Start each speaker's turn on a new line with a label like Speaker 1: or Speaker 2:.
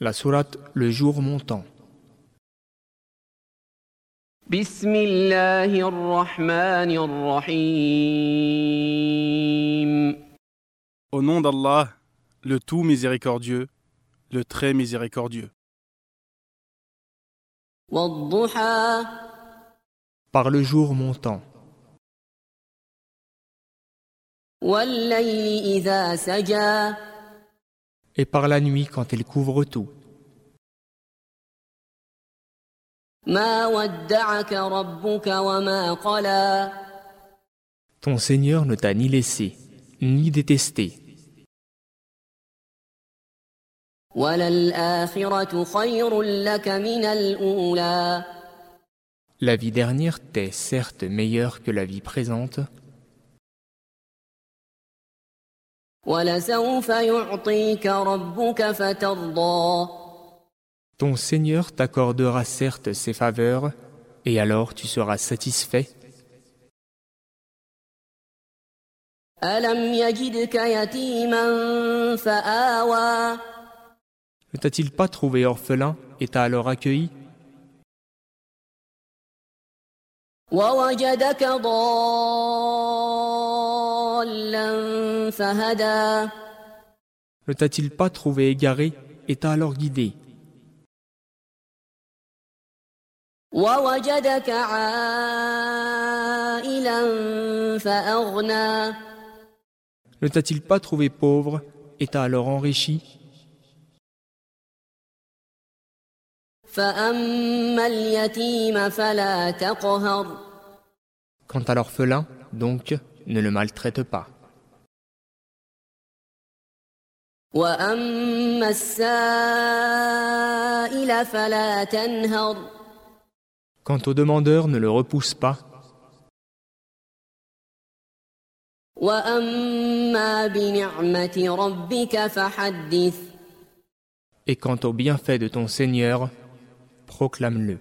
Speaker 1: La sourate Le jour montant.
Speaker 2: بسم الله الرحمن الرحيم
Speaker 3: Au nom d'Allah, le tout miséricordieux, le très miséricordieux.
Speaker 2: والضحى
Speaker 1: Par le jour montant.
Speaker 2: والليل إذا سجى
Speaker 1: Et par la nuit quand elle couvre tout.
Speaker 2: ما ودعك ربك وما قلى
Speaker 1: Ton Seigneur ne t'a ni laissé, ni détesté.
Speaker 2: وللآخرة خير لك من الأولى
Speaker 1: La vie dernière t'est certes meilleure que la vie présente,
Speaker 2: ولسوف يعطيك ربك فترضى
Speaker 1: Ton Seigneur t'accordera certes ses faveurs, et alors tu seras satisfait.
Speaker 2: ألم يجدك يتيما فآوى
Speaker 1: Ne t'a-t-il pas trouvé orphelin et t'a alors accueilli
Speaker 2: ووجدك ضالا فهدى
Speaker 1: Ne t'a-t-il pas trouvé égaré et t'a alors guidé
Speaker 2: ووجدك عائلا فأغنى
Speaker 1: Ne t'a-t-il pas trouvé pauvre et t'a alors enrichi
Speaker 2: فأما اليتيم فلا تقهر
Speaker 1: Quant à l'orphelin, donc, ne le maltraite pas.
Speaker 2: وأما السائل فلا تنهر
Speaker 1: Quant au demandeur, ne le repousse pas.
Speaker 2: وأما بنعمة ربك فحدث
Speaker 1: Et quant au bienfait de ton Seigneur, proclame-le.